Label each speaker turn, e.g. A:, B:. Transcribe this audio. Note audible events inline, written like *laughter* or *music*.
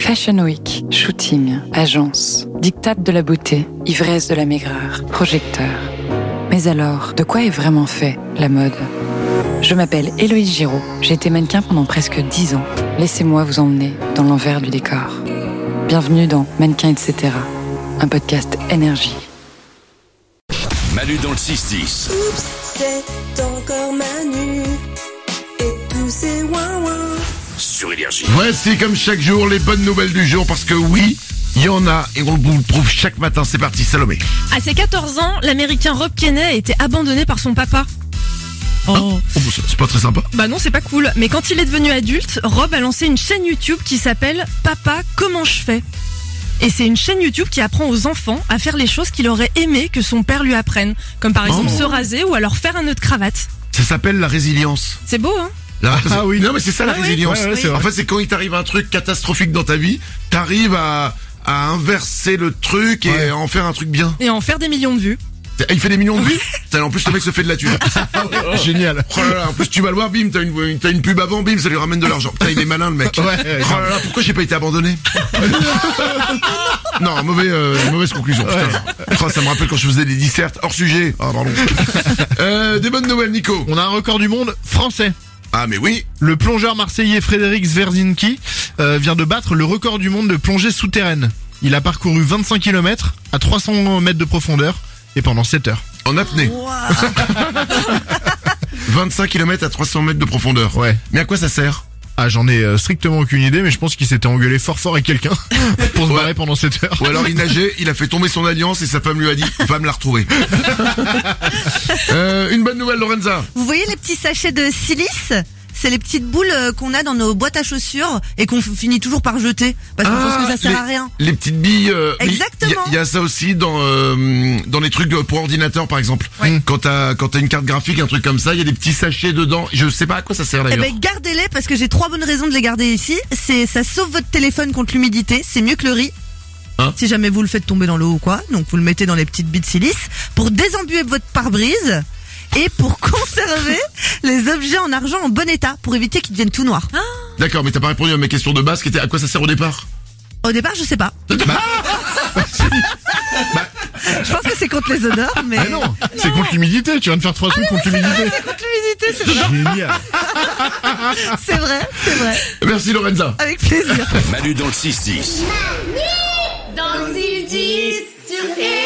A: Fashion Week, shooting, agence, dictate de la beauté, ivresse de la maigreur, projecteur. Mais alors, de quoi est vraiment fait la mode Je m'appelle Héloïse Giraud, j'ai été mannequin pendant presque 10 ans. Laissez-moi vous emmener dans l'envers du décor. Bienvenue dans Mannequin etc., un podcast énergie.
B: Manu dans le 6-10.
C: Oups, c'est encore Manu et tous ces ouin-ouin.
B: Sur Énergie.
D: Voici comme chaque jour les bonnes nouvelles du jour parce que oui, il y en a et on vous le prouve chaque matin. C'est parti, Salomé.
E: À ses 14 ans, l'américain Rob Kenney a été abandonné par son papa. Oh.
D: Oh, c'est c'est pas très sympa.
E: Bah non, c'est pas cool. Mais quand il est devenu adulte, Rob a lancé une chaîne YouTube qui s'appelle Papa, comment je fais Et c'est une chaîne YouTube qui apprend aux enfants à faire les choses qu'il aurait aimé que son père lui apprenne. Comme par exemple
D: Oh.
E: se raser ou alors faire un nœud de cravate.
D: Ça s'appelle la résilience.
E: C'est beau, hein
D: La-
F: Ah oui.
D: Non mais c'est ça la
E: Ah oui.
D: résilience.
F: Ouais, ouais, c'est vrai.
D: En fait, c'est quand il t'arrive un truc catastrophique dans ta vie, t'arrives à à inverser le truc et
F: Ouais.
D: à en faire un truc bien.
E: Et en faire des millions de vues.
D: Il fait des millions de vues. Putain, En plus, le mec se fait de la thune.
F: *laughs* Génial.
D: Oh là là, en plus tu vas le voir, bim, t'as une, t'as une pub avant, bim, ça lui ramène de l'argent. Putain, il est malin le mec.
F: Ouais, ouais,
D: oh là là, pourquoi j'ai pas été
F: *laughs*
D: abandonné Non, mauvais, euh, mauvaise conclusion. putain. Oh, ça me rappelle quand je faisais des dissertes hors sujet. Ah,
F: *laughs*
D: pardon. Euh, des bonnes nouvelles, Nico.
F: On a un record du monde français.
D: Ah, mais oui.
F: Le plongeur marseillais Frédéric Zverzinski euh, vient de battre le record du monde de plongée souterraine. Il a parcouru 25 km à 300 mètres de profondeur et pendant 7 heures.
D: En apnée. *laughs* 25 km à 300 mètres de profondeur.
F: Ouais.
D: Mais à quoi ça sert
F: Ah, j'en ai euh, strictement aucune idée, mais je pense qu'il s'était engueulé fort fort avec quelqu'un *laughs* pour se
D: Ouais.
F: barrer pendant 7 heures.
D: Ou alors il nageait, il a fait tomber son alliance et sa femme lui a dit va me la
G: *laughs*
D: retrouver. Euh, une bonne nouvelle, Lorenza.
G: Vous voyez les petits sachets de silice C'est les petites boules euh, qu'on a dans nos boîtes à chaussures et qu'on f- finit toujours par jeter parce qu'on
D: Ah,
G: pense que ça sert
D: les-
G: à rien.
D: Les petites billes. euh, mais
G: Exactement.
D: Il y, a- y a ça aussi dans euh, dans les trucs pour ordinateur par exemple. Mmh. Quand t'as quand t'as une carte graphique, un truc comme ça, il y a des petits sachets dedans. Je sais pas à quoi ça sert
G: Eh
D: d'ailleurs.
G: ben gardez-les parce que j'ai trois bonnes raisons de les garder ici. C'est ça sauve votre téléphone contre l'humidité, c'est mieux que le riz.
D: Hein
G: si jamais vous le faites tomber dans l'eau ou quoi, donc vous le mettez dans les petites billes de silice pour désembuer votre pare-brise et pour *laughs* conserver les objets en argent en bon état pour éviter qu'ils deviennent tout noirs.
D: D'accord, mais t'as pas répondu à mes questions de base qui étaient à quoi ça sert au départ.
G: Au départ, je sais pas. je pense que c'est contre les odeurs, mais
F: Ah non, c'est contre l'humidité, tu viens de faire 3 trucs contre l'humidité.
G: Ah, c'est contre l'humidité, c'est vrai.
F: *laughs* Génial.
G: C'est vrai, c'est vrai.
D: Merci Lorenza.
G: Avec plaisir.
B: Manu dans le 6-10.
H: dans le 6-10 sur Énergie.